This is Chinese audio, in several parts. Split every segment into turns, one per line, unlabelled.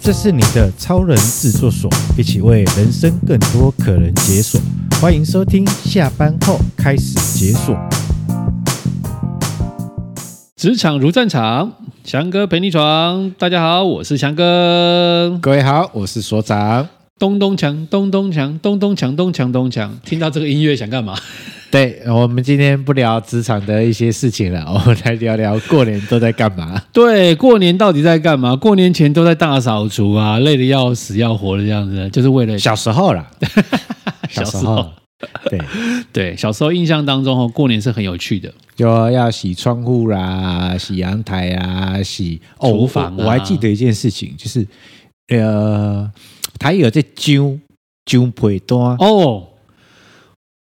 这是你的超人制作所，一起为人生更多可能解锁。欢迎收听，下班后开始解锁。
职场如战场，翔哥陪你闯。大家好，我是翔哥。
各位好，我是所长。
咚咚锵，咚咚锵，咚咚锵，咚锵咚锵。听到这个音乐想干嘛？
对我们今天不聊职场的一些事情了，我们来聊聊过年都在干 嘛。
对，过年到底在干嘛？过年前都在大扫除啊，累得要死要活的这样子，就是为了
小时候 啦，
小时候。
对，
对，小时候印象当中哦，过年是很有趣的。
就要洗窗户啦，洗阳台啊，洗哦
厨房啊
我。我还记得一件事情，就是呃，台语有在揪揪被单，
哦，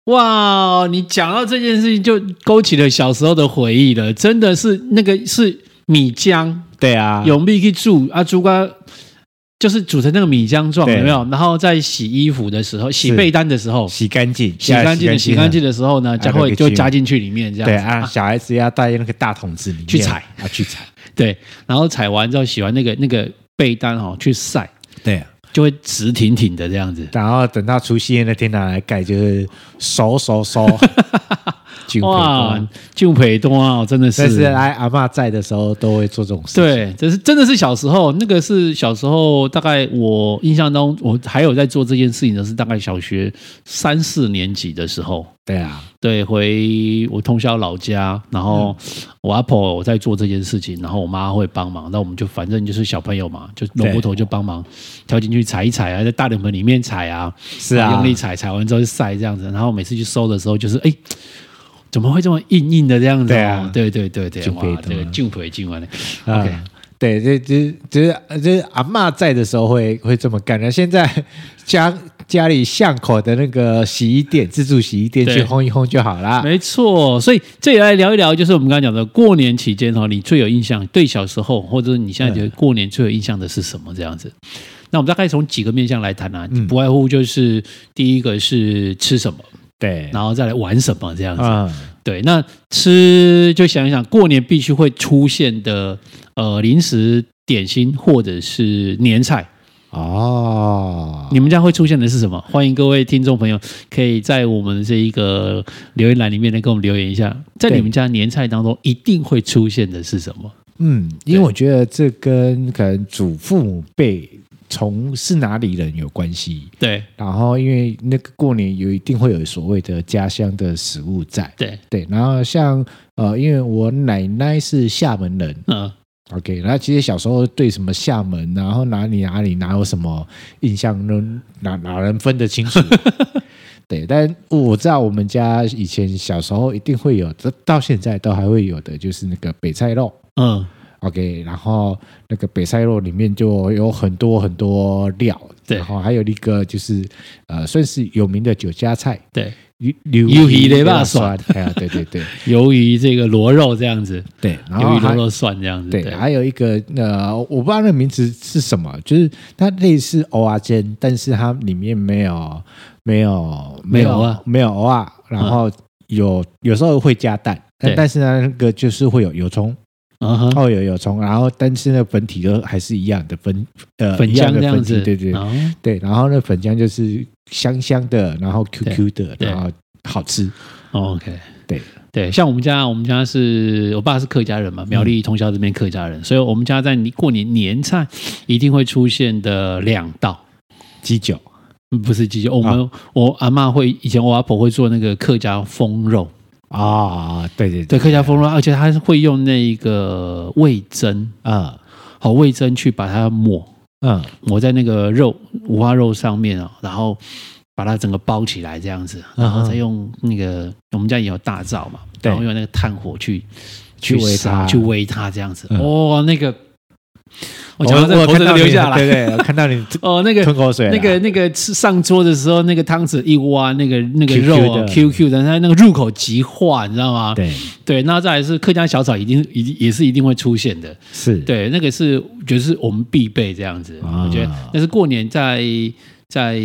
哇！你讲到这件事情，就勾起了小时候的回忆了。真的是那个是米浆，
对啊，
用米去煮啊，煮个就是煮成那个米浆状，
对
有没有？然后在洗衣服的时候，洗
是
被单的时候，
洗干净，
哦洗干净
要
的洗干净
的。
的时候呢，
啊
才会
就
就
给
加进去里面这样
对
子。
啊，小孩子要带那个大桶子里面
去踩
啊，去踩。
对，然后踩完之后洗完那个那个被单哦，去晒
对啊，
就会直挺挺的这样子。
然后等到除夕夜那天拿来盖，就是收收收。 揪被
哇
单，
就陪多啊，真的
但
是
是来阿嬷在的时候都会做这种事情。
对，这是真的是小时候，那个是小时候，大概我印象中，我还有在做这件事情的是大概小学三四年级的时候，
对啊，
对，回我通宵老家，然后
嗯
我阿婆我在做这件事情，然后我妈会帮忙，那我们就反正就是小朋友嘛，就
对
萝卜头就帮忙跳进去踩一踩啊，在大脸盆里面踩啊，
是啊，
用力踩，踩完之后就晒这样子，然后每次去收的时候就是哎。怎么会这么硬硬的这样子、哦？
对啊
对对对对，
就
哇
可以，
这
的
个
嘛
进腿进完了。
啊
OK，
对，这这这这阿嬷在的时候会会这么干，那现在家家里巷口的那个洗衣店，自助洗衣店
对
去烘一烘就好啦。
没错，所以这也来聊一聊，就是我们刚才讲的过年期间哈，你最有印象，对小时候或者是你现在觉得过年最有印象的是什么这样子？那我们大概从几个面向来谈啊，不外乎就是第一个是吃什么，
对，
然后再来玩什么这样子。
嗯，
对，那吃就想一想，过年必须会出现的呃零食、点心或者是年菜。
哦，
你们家会出现的是什么？欢迎各位听众朋友，可以在我们这一个留言栏里面来给我们留言一下，在
对
你们家年菜当中一定会出现的是什么？
嗯，因为我觉得这跟可能祖父母辈从是哪里人有关系，
对
然后因为那个过年有一定会有所谓的家乡的食物在，
对，
对，然后像呃，因为我奶奶是厦门人，
嗯，
OK，那其实小时候对什么厦门，然后哪里哪里哪有什么印象呢？哪哪人分得清楚？对，但我知道我们家以前小时候一定会有，这到现在都还会有的，就是那个北菜肉。
嗯，
OK，然后那个北菜肉里面就有很多很多料，
对
然后还有一个就是呃，算是有名的酒家菜，
对，
鱿鱿
鱿鱼雷霸
蒜，哎呀，对对对
鱿鱼这个螺肉这样子，
对，然后
鱿鱼
还
螺肉蒜这样子，
对，还有一个呃，我不知道那个名字是什么，就是它类似蚵仔煎，但是它里面没有没有
没有蚵仔
没有蚵仔，然后有、有时候会加蛋，但
对
但是呢，那个就是会有油葱，
嗯哼，
哦有油葱，然后但是呢本体都还是一样的粉呃
粉
一样
浆
的
这样
粉体
子，
对对
哦
对，然后那粉浆就是香香的，然后 QQ 的，
对
然后好吃，
哦，OK。
对
对，像我们家，我们家是我爸是客家人嘛，苗栗通宵这边客家人，所以我们家在过年年菜一定会出现的两道，
鸡酒
嗯不是鸡
啊
酒，我们、我阿嬷会以前我阿婆会做那个客家风肉，
啊、对对
对客家风肉，而且她会用那个味噌，
啊
好味噌去把它抹
嗯
抹在那个肉五花肉上面啊，然后把它整个包起来这样子，
嗯哼
然后再用那个我们家也有大灶嘛，
对
然后用那个炭火去
去煨
杀
它
去煨它这样子，
嗯
哦，那个我讲到这口水都流下来，
对对，我看到你
哦，那个
吞口水了，
那个那个吃上桌的时候，那个汤匙一挖，那个那个
QQ
肉啊
的
QQ 的，它那个入口即化，你知道吗？
对
对，那再来是客家小炒，一定一定也是一定会出现的。
是，
对，那个是我觉得是我们必备这样子，
啊
我觉得那是过年在在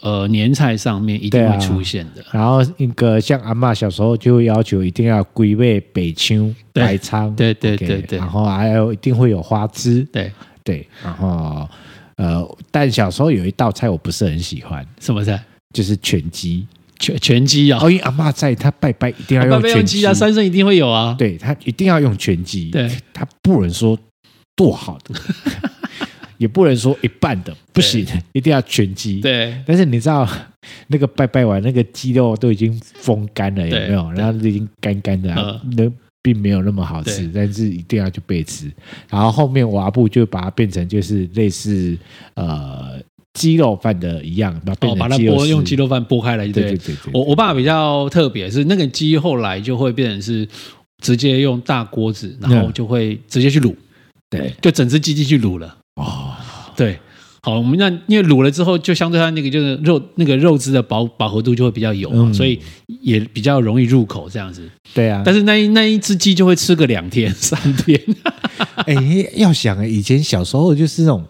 呃年菜上面一定
对啊
会出现的。
然后那个像阿嬷小时候就会要求一定要龟背北青
对
白仓，
对对
OK，
对对
然后还有一定会有花枝，
对
对，然后呃，但小时候有一道菜我不是很喜欢，
什么菜？
就是拳击。
拳拳击啊，
哦，因为阿妈在，她拜拜一定要
拜
用
拜
拳
用击啊，三圣一定会有啊。
对她一定要用拳击，
对，
她不能说多好 的，也不能说一半的，不行，一定要拳击。
对
但是你知道， 那个拜拜完，那个肌肉都已经风干了，有
对嗯
没有？然后已经干干的、啊，那、并没有那么好吃
对，
但是一定要去备吃。然后后面我阿布就把它变成就是类似呃鸡肉饭的一样，把它
哦，
变
把
成
它
鸡肉
剥
丝
用鸡肉饭剥开来就
对对
对。
对对，
我我爸比较特别，是那个鸡后来就会变成是直接用大锅子，然后
嗯
就会直接去卤，
对
就整只鸡进去卤了。
哦，
对，好，我们那因为卤了之后，就相对它那个就是肉那个肉汁的饱饱和度就会比较有嘛，
嗯
所以也比较容易入口这样子。
对啊。
但是那一那一只鸡就会吃个两天 三天，
哎、要想啊以前小时候就是那种，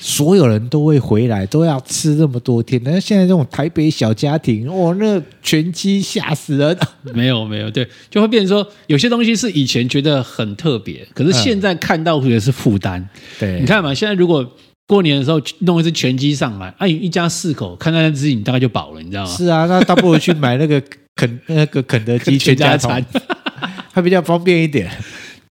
所有人都会回来，都要吃那么多天。但是现在这种台北小家庭，哦，那全鸡吓死 人。
没有没有，对，就会变成说有些东西是以前觉得很特别，
嗯
可是现在看到觉得是负担。
对
你看嘛，现在如果过年的时候弄一只全鸡上来，啊，你一家四口看到那只，你大概就饱了，你知道吗？
是啊，那倒不如去买那个 肯那个肯德基全家餐， 还比较方便一点。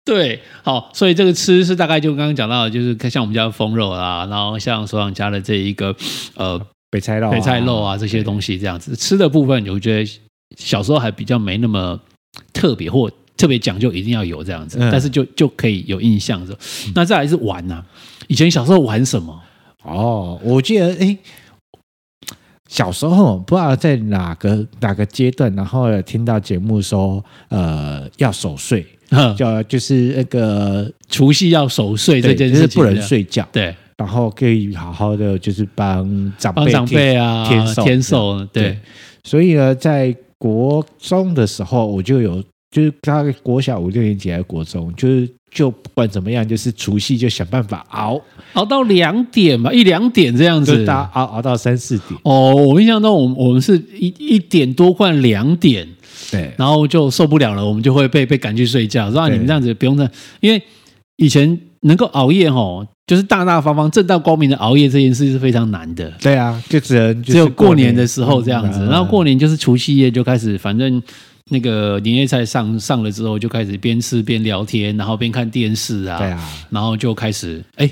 对，好，所以这个吃是大概就刚刚讲到的，就是像我们家的风肉啦，然后像所长家的这一个呃
北菜肉、
配菜肉，啊这些东西这样子。吃的部分，我觉得小时候还比较没那么特别或特别讲究，一定要有这样子，
嗯
但是就就可以有印象的。那再来是玩啊，以前小时候玩什么？
哦，我记得诶，小时候不知道在哪个哪个阶段，然后有听到节目说，呃，要守岁，
呵
叫就是那个
除夕要守岁嗯这
对，
件
就
事
是
情，
不能，睡觉，
对，
然后可以好好的就是帮长
帮
辈
长
听
辈啊，
天寿
天寿，对
对，所以呢，在国中的时候，我就有就是大概国小五六年级还是国中，就是就不管怎么样，就是除夕就想办法熬，
熬到两点嘛，一两点这样
就
子。
大家熬熬到三四点。
哦，我印象中，我们我们是一一点多快两点，
对
然后就受不了了，我们就会被被赶去睡觉。说啊，
对
你们这样子不用这样，因为以前能够熬夜吼，就是大大方方、正大光明的熬夜这件事是非常难的。
对啊，就只能就是
只有过年的时候这样子，
嗯
然后过年就是除夕夜就开始，反正那个年夜菜上上了之后，就开始边吃边聊天，然后边看电视啊，
对啊，
然后就开始哎，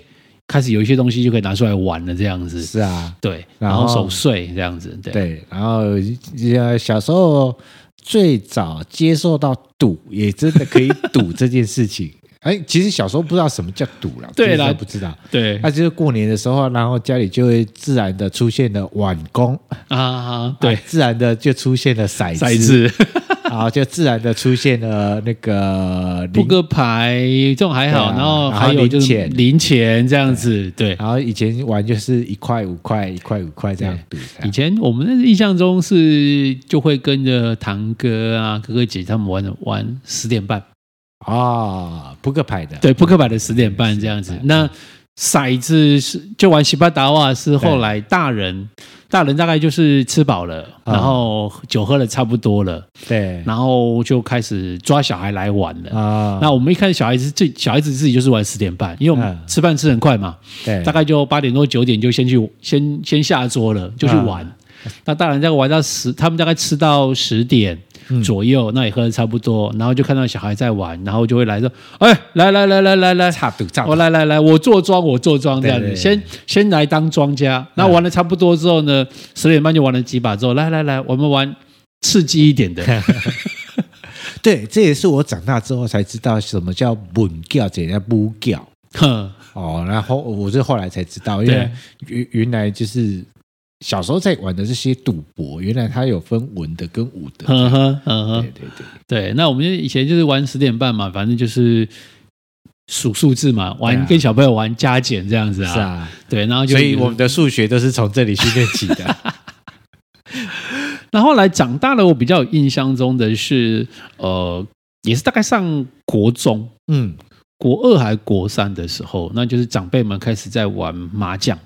开始有一些东西就可以拿出来玩了这样子，
是啊，
对，
然
然
后
后守岁这样子，对，
对，然后呃小时候最早接受到赌，也真的可以赌这件事情。哎，其实小时候不知道什么叫赌啦，
对
真
啦
的不知道。
对
那啊就是过年的时候，然后家里就会自然的出现了碗工，
啊，对
啊，自然的就出现了骰
骰，子、
然后就自然的出现了那个
扑
零，
克牌这种还
对
好，
啊
然后
然后
还有就
零
是
钱
零钱这样子，对。
然后以前玩就是一块五块一块五块这样赌，这
以
样
前我们的印象中是就会跟着堂哥啊、哥哥姐姐他们玩玩十点半，
哦，扑克牌的，
对，扑克牌的十点半这样子。那骰子是就玩西巴达瓦，是后来大人，大人大概就是吃饱了，
啊
然后酒喝的差不多了，
对
然后就开始抓小孩来玩了。
啊，
那我们一开始小孩子最小孩子自己就是玩十点半，因为我们
嗯
吃饭吃很快嘛，
对
大概就八点多九点就先去先先下桌了，就去玩。那大人在玩到十，他们大概吃到十点左右，那也喝的差不多，然后就看到小孩在玩，然后就会来说：“哎，来来来来来来，
差赌差
我
赌，
哦来来来，我做庄，我做庄这样
对嗯对
子，
对
先先来当庄家。那玩的差不多之后呢，十点半就玩了几把之后，来来来，我们玩刺激 一点的。
对，这也是我长大之后才知道什么叫本教，怎样不教。
哼，
哦，然后我是后来才知道，因为原原来就是小时候在玩的这些赌博，原来它有分文的跟武的。
呵呵呵呵
对，对对，
对，那我们就以前就是玩十点半嘛，反正就是数数字嘛，玩、
对啊
跟小朋友玩加减这样子啊。
是，啊，
对，然后就
所以我们的数学都是从这里训练起的。
然后后来长大了，我比较有印象中的是，呃，也是大概上国中。
嗯，
国二还国三的时候，那就是长辈们开始在玩麻将，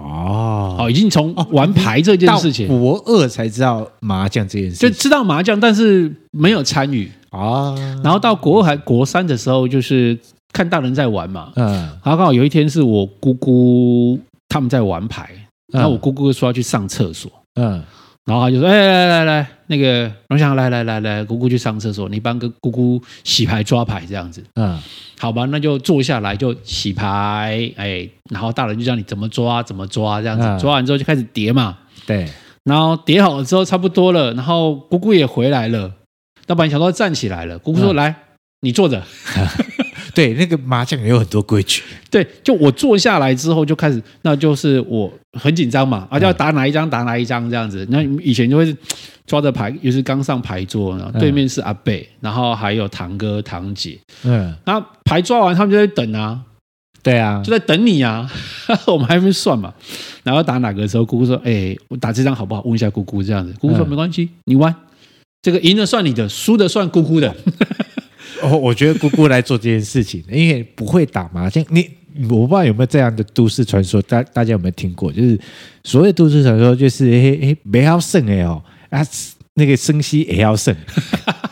哦，
哦，已经从
哦
玩牌这件
到
事情、
国二才知道麻将这件事
就
情
知道麻将，但是没有参与。
啊，
然后到国二还国三的时候，就是看大人在玩嘛。
嗯
然后刚好有一天是我姑姑他们在玩牌，然后我姑姑说要去上厕所，
嗯
然后他就说：“哎、来来来，那个龙翔，来来来来，姑姑去上厕所，你帮个姑姑洗牌抓牌这样子，
嗯
好吧？那就坐下来就洗牌，哎，然后大人就教你怎么抓，怎么抓这样子
嗯，
抓完之后就开始叠嘛，
对，
然后叠好了之后差不多了，然后姑姑也回来了，老板小豆站起来了，姑姑说：
嗯
来，你坐着。
对，那个麻将也有很多规矩，
对，就我坐下来之后就开始，那就是我很紧张
嗯
嘛，啊，就要打哪一张打哪一张这样子。那以前就会是抓着牌，也是刚上牌桌，然后
嗯
对面是阿贝，然后还有堂哥堂姐，
嗯，
然后牌抓完，他们就在等啊，
对啊
就，在等你啊， 我们还没算嘛。然后打哪个的时候，姑姑说：“哎、我打这张好不好？”问一下姑姑这样子，姑姑说：“
嗯
没关系，你玩，这个赢的算你的，输的算姑姑的。”
哦我我觉得姑姑来做这件事情，因为不会打麻将，你我不知道有没有这样的都市传说，大大家有没有听过？就是所谓都市传说，就是诶诶，没要胜哎哦啊，那个生息也要 胜，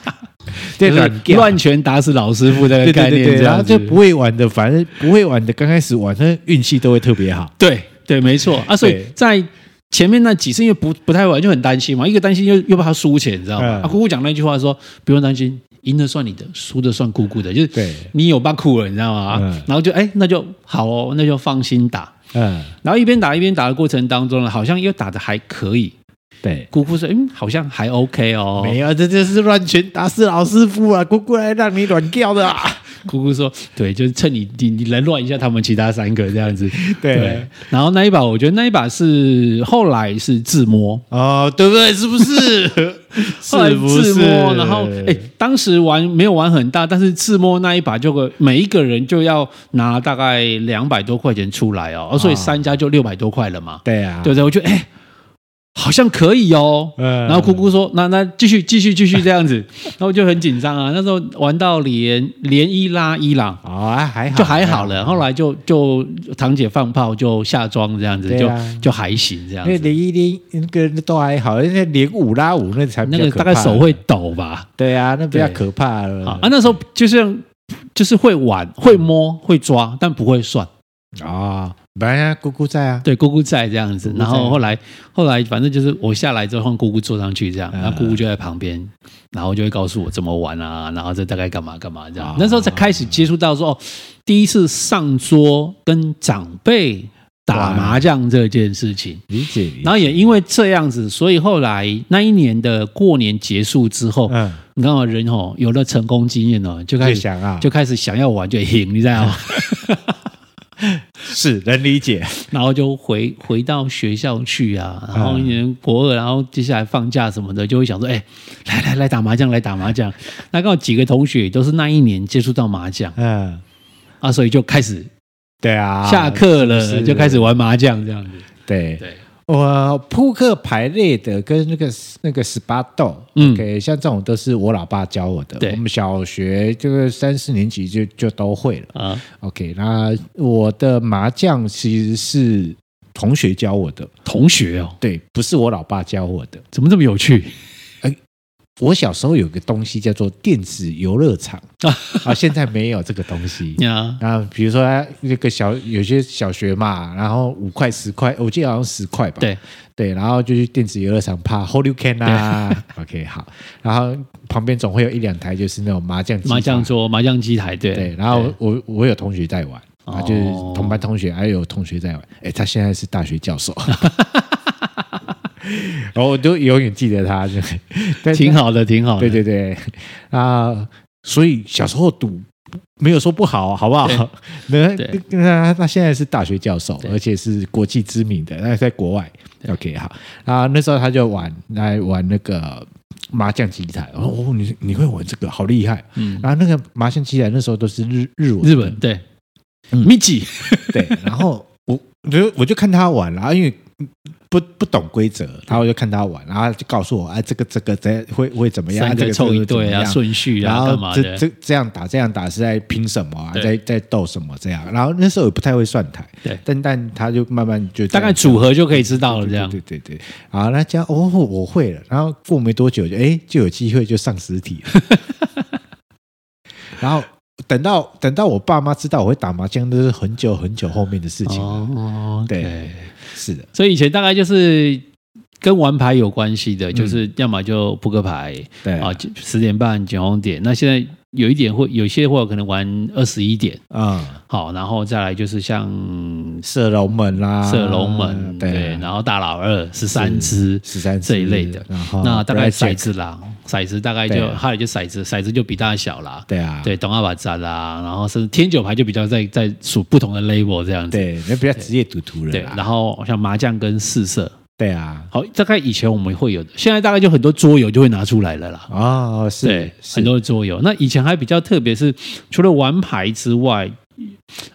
对
就是
软掉
乱拳打死老师傅的
对
概
对对
念，
对，
这
然
样
后
子
就不会玩的，反正不会玩的，刚开始玩，那运气都会特别好。
对对，没错啊，所以
对
在前面那几次因为不不太玩，就很担心嘛，一个担心又又怕他输钱，你知道吗？
嗯
啊，姑姑讲那句话说不用担心，赢的算你的，输的算姑姑的，就是
对
你有把苦了，你知道吗？
嗯
然后就哎那就好哦，那就放心打。
嗯，
然后一边打一边打的过程当中呢，好像又打的还可以。
对。
姑姑说：“嗯，好像还 OK 哦。”
没有，这就是乱拳打死老师傅啊！姑姑来让你软掉的啊！
姑姑说：“对，就是趁你你你来乱一下他们其他三个这样子。
对
然后那一把，我觉得那一把是后来是自摸，
哦，对不对？是不 是？
后来
是不
自
是？
摸，然后哎、当时玩没有玩很大，但是自摸那一把就个每一个人就要拿大概两百多块钱出来哦，哦所以
啊
三家就六百多块了嘛，
对啊，
对不对？我觉得哎、好像可以哦。
嗯
然后姑姑说：“那那继续继续继续这样子。” 然后我就很紧张啊。那时候玩到连连一拉一啦，
好啊，还好，
就还好了。后来就就堂姐放炮就下庄这样子，
对
就
啊
就还行这
还
样
好。因为
子。
零一零那个都还好，因为连五拉五那才比
那
较
个
可
大
怕嗯
概手会抖吧，
对啊，那比较
对
可怕了
啊啊，那时候就是就是会玩、会摸、会抓，但不会算。
啊！反正姑姑在啊，
对，姑姑在这样子
姑，姑在
然后后来后来反正就是我下来之后换姑姑坐上去这样，
嗯
然后姑姑就在旁边，然后就会告诉我怎么玩啊，然后这大概干嘛干嘛这样
啊。
那时候才开始接触到说哦，第一次上桌跟长辈打
哇
麻将这件事情。
理解理解。
然后也因为这样子，所以后来那一年的过年结束之后，
嗯，
你看我人哦有了成功经验哦，就开
就
始
想啊，
就开始想要玩就赢，你知道吗？
是能理解。
然后就回回到学校去啊，
嗯
然后你们国二，然后接下来放假什么的，就会想说，哎、 来来来打麻将，来打麻将。 那刚好几个同学也都是那一年接触到麻将
嗯，
啊，所以就开始
对啊，
下课了、
是
就开始玩麻将这样子。
对
对，
我扑克牌类的跟那个那个十八豆，
嗯
嗯，OK，像这种都是我老爸教我的。
对
我们小学这个三四年级就就都会了。
啊，
OK，那我的麻将其实是同学教我的，
同学哦，
对，不是我老爸教我的。
怎么这么有趣？
我小时候有个东西叫做电子游乐场 啊，现在没有这个东西。
呀、
那比如说啊那个小有些小学嘛，然后五块十块，我记得好像十块吧。
对
对，然后就去电子游乐场趴 Hold You Can 啊，OK 好，然后旁边总会有一两台就是那种麻将机
麻将
房
桌、麻将机台，对
对，然后我我我有同学在玩，
哦
啊，就是同班同学，还有同学在玩。哎，他现在是大学教授， 然后我就永远记得他， 就但
挺好的，挺好的。
对对对 啊，所以小时候赌没有说不好，好不好
对？
那
对
那他现在是大学教授，
对
而且是国际知名的，那在国外。OK，好啊，那时候他就玩来玩那个麻将机台，哦，哦你你会玩这个，好厉害！
嗯，
然后那个麻将机台那时候都是日日文的，
日本对。
嗯
Michi，
对，然后我我就我就看他玩啦，因为不不懂规则，然后我就看他玩，然后他就告诉我，哎、这个这个怎会会怎么样，
三
这
个
个
凑一
这个
对
怎么
啊，
样
顺序
然
啊，干
后
嘛
这
的？
这这样打这样打是在拼什么啊？
对
在在斗什么这样？然后那时候也不太会算台，
对
但但他就慢慢就
大概
这样
组合就可以知道了，这样。
对对对对，好，那这样哦，我会了。然后 过没多久就哎就有机会就上实体了，然后等到等到我爸妈知道我会打麻将，那是很久很久后面的事情了。
哦，
对
OK
是的，
所以以前大概就是跟玩牌有关系的，就是要么就扑克牌
对
啊
啊，，
十点半九红点。那现在有一点会有些会有可能玩二十一点，
嗯，
好，然后再来就是像
射龙门啦，
射龙门，对，
啊对，啊
然后大老二十三只。
十三
这一类的
然后
那大概
blackjack，
骰子啦，骰子大概
对
就
啊
还有就骰子，骰子就比大小啦，
对啊，
对，懂阿巴扎啦，然后甚至天九牌就比较在在数不同的 level 这样子，
对，那比较职业赌徒
对，
人
然
啦，
后像麻将跟四色，
对啊，
好，大概以前我们会有的，现在大概就很多桌游就会拿出来了啦。
哦，是
对，
是
很多桌游。那以前还比较特别是，除了玩牌之外，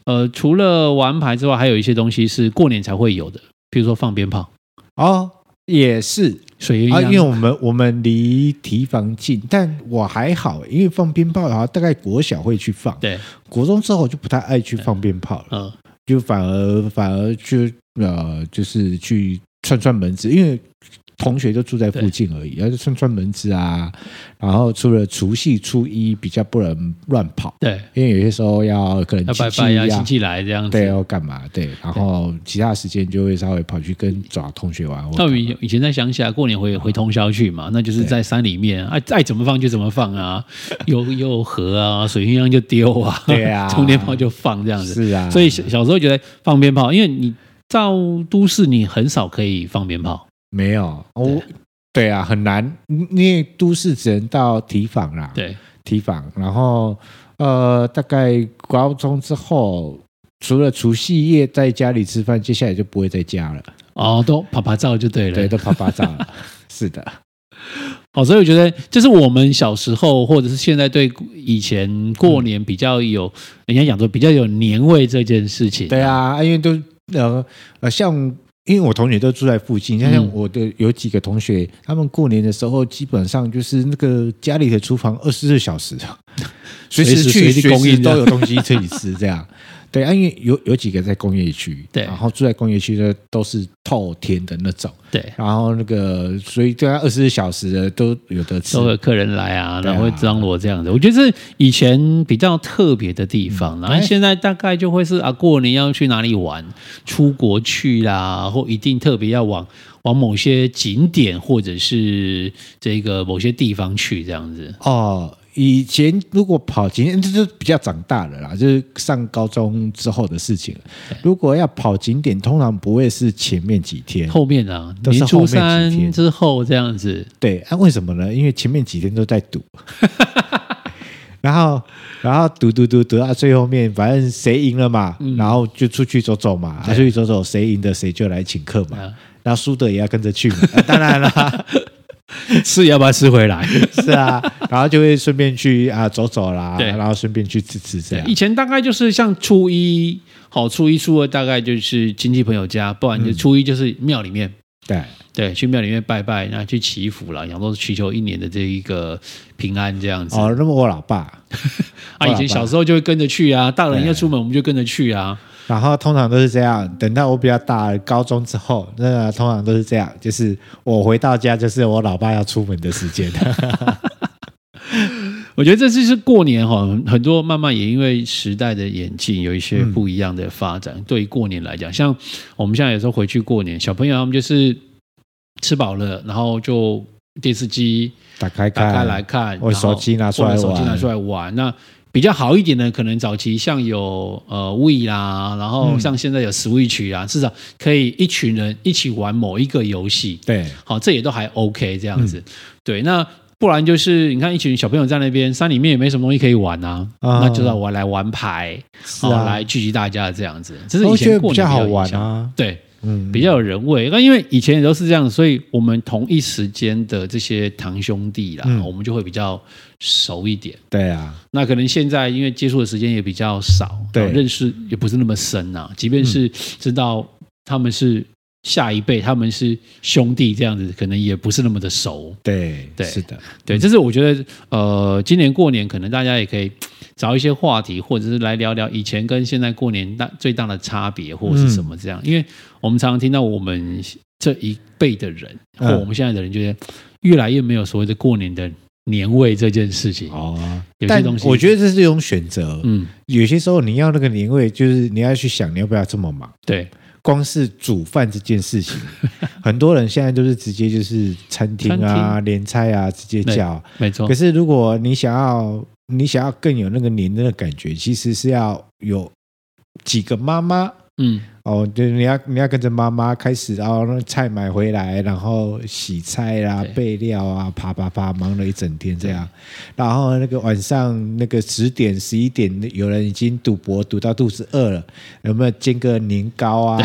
呃，除了玩牌之外，还有一些东西是过年才会有的，比如说放鞭炮、
哦，也是
水鸳鸯。
啊，因为我们我们离提防近，但我还好，因为放鞭炮的话，大概国小会去放，
对，
国中之后就不太爱去放鞭炮了，
呃，
就反而反而去呃，就是去串串门子，因为。同学就住在附近而已，然后就串串门子啊，然后除了除夕初一比较不能乱跑，
对，
因为有些时候要可能
要
亲
拜
戚
拜呀，哦
呀
亲戚来这样
对，
子。
要干嘛？对，然后其他时间就会稍微跑去跟找同学玩。
那我们以前在乡下过年回回通宵去嘛，那就是在山里面，爱爱怎么放就怎么放啊，有有河啊，水鸳鸯就丢啊，
对 啊
冲天炮就放这样子。
是啊，
所以小小时候觉得放鞭炮，因为你到都市你很少可以放鞭炮，
没有哦，对啊，很难，因因为都市只能到提防啦，
对
提防。然后呃，大概高中之后，除了除夕夜在家里吃饭，接下来就不会在家了，
哦，都啪啪照就对了。
对，都啪啪照 了。是的，
哦，所以我觉得就是我们小时候或者是现在对以前过年比较有，人家讲说比较有年味这件事情。
对，啊，因为都呃呃，像因为我同学都住在附近，像像
嗯
我的有几个同学，他们过年的时候基本上就是那个家里的厨房二十四小时， 随
时
时去
随地
随
供
时
应这
都
样
有东西可以吃，这样。 对啊，因为有有几个在工业区，
对
然后住在工业区的都是透天的那种，
对，
然后那个所以对他啊二十四小时的都有得吃
都，会有客人来啊，
对啊
然后会张罗这样的。我觉得是以前比较特别的地
嗯
方，然后现在大概就会是啊，过年要去哪里玩，出国去啦，或一定特别要往往某些景点或者是这个某些地方去这样子。
哦，以前如果跑景点，这就比较长大了啦，就是上高中之后的事情了。如果要跑景点，通常不会是前面几天，
后面啊，
都是
年
后
初
面几天
三之后这样子，
对，啊，为什么呢？因为前面几天都在赌， 然后然后赌赌赌赌到最后面，反正谁赢了嘛，
嗯
然后就出去走走嘛，啊、出去走走，谁赢的谁就来请客嘛，
啊
然后输的也要跟着去 嘛，啊当然啦。
吃也要把它吃回来。
是啊，然后就会顺便去啊走走啦，
对
然后顺便去吃吃这样
以。前大概就是像初一，好，初一初二大概就是亲戚朋友家，不
嗯
然就初一就是庙里面。
对，
对，去庙里面拜拜，那去祈福啦，然后祈求一年的这一个平安这样子。
哦，那么我老爸，
啊，以前小时候就会跟着去啊，大人要出门我们就跟着去啊。
然后通常都是这样，等到我比较大，高中之后，那个通常都是这样，就是我回到家就是我老爸要出门的时 间。
我觉得这就是过年哈，很多慢慢也因为时代的演进，有一些不一样的发展。对于过年来讲，像我们现在有时候回去过年，小朋友他们就是吃饱了，然后就电视机
打开看，
打开来看，
我
然后
手机拿出来
或
玩
者手机拿出来玩。那比较好一点的，可能早期像有呃 We 啦，然
嗯
后像现在有 Switch 啊，至少可以一群人一起玩某一个游戏。
对，
好，这也都还 OK 这样子。
嗯
对，那不然就是你看一群小朋友在那边山里面也没什么东西可以玩啊，
啊
那就要玩来玩牌，
是
好、
啊，
来聚集大家这样子。这是以
我觉
前
得
过
比
年
较好
有
玩
印象。
啊。
对，
嗯，
比较有人味。那因为以前也都是这样，所以我们同一时间的这些堂兄弟啦，
嗯
我们就会比较熟一点。
对啊，
那可能现在因为接触的时间也比较少，
对嗯
然后认识也不是那么深啊。即便是知道他们是下一辈，他们是兄弟这样子，可能也不是那么的熟。
对，
对
是的，
对，这是我觉得，呃，今年过年可能大家也可以找一些话题，或者是来聊聊以前跟现在过年大最大的差别，或者是什么
嗯
这样。因为我们常常听到我们这一辈的人，或
嗯
我们现在的人，觉得越来越没有所谓的过年的年味这件事情。
哦，
有些
但
东西，
我觉得这是一种选择。
嗯，
有些时候你要那个年味，就是你要去想你要不要这么忙。
对，
光是煮饭这件事 情，很多人现在都是直接就是餐厅
餐
啊、连菜啊直接叫。
没错
可，是如果你想要你想要更有那个年的那个感觉，其实是要有几个妈妈
嗯，
哦，就是你要你要跟着妈妈开始，然后那菜买回来，然后洗菜啦、备料啊，啪啪啪，忙了一整天这样。然后那个晚上那个十点十一点，有人已经赌博赌到肚子饿了，有没有煎个年糕啊？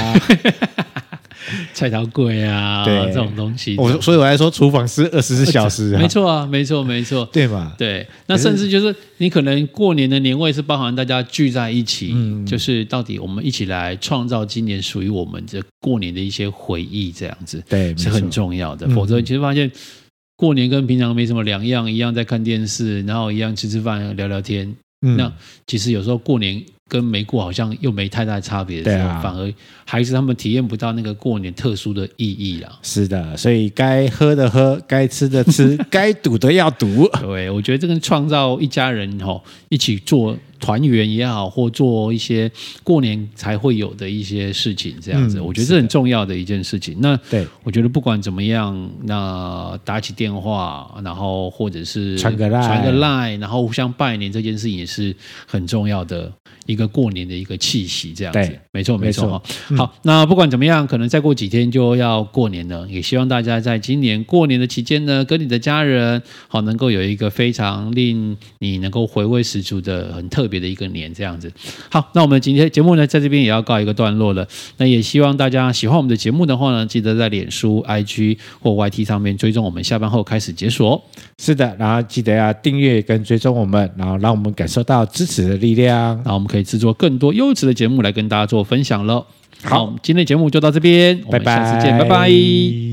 菜刀柜啊，
对
这种东西，
我所以我来说，厨房是二十四小时、啊，
没，错啊，没错，没错。
对嘛？
对，那甚至就是你可能过年的年味是包含大家聚在一起，
嗯
就是到底我们一起来创造今年属于我们这过年的一些回忆，这样子
对，
是
没错
很重要的。
嗯
否则你其实发现过年跟平常没什么两样，一样在看电视，然后一样吃吃饭、聊聊天。
嗯
那其实有时候过年跟没过好像又没太大差别的时候，
对啊
反而孩子他们体验不到那个过年特殊的意义啦。
是的，所以该喝的喝，该吃的吃，该赌的要赌。
对，我觉得这跟创造一家人吼、一起做团圆也好，或做一些过年才会有的一些事情，这样子，
嗯
我觉得这很重要的一件事情。那
对，
我觉得不管怎么样，那打起电话，然后或者是
传个 line
传个 line，然后互相拜年这件事情也是很重要的一个过年的一个气息，这样子
对。
没哦错，没
没
错
错嗯
哈。好，那不管怎么样，可能再过几天就要过年了，也希望大家在今年过年的期间呢，跟你的家人好能够有一个非常令你能够回味十足的很特别的一个年这样子。好，那我们今天节目呢，在这边也要告一个段落了。那也希望大家喜欢我们的节目的话呢，记得在脸书、IG 或 YT 上面追踪我们下班后开始解锁哦。
是的，然后记得要订阅跟追踪我们，然后让我们感受到支持的力量。
那我们可以制作更多优质的节目来跟大家做分享喽。
好
那我们今天的节目就到这边，我
拜
们
拜，
下次见，拜拜。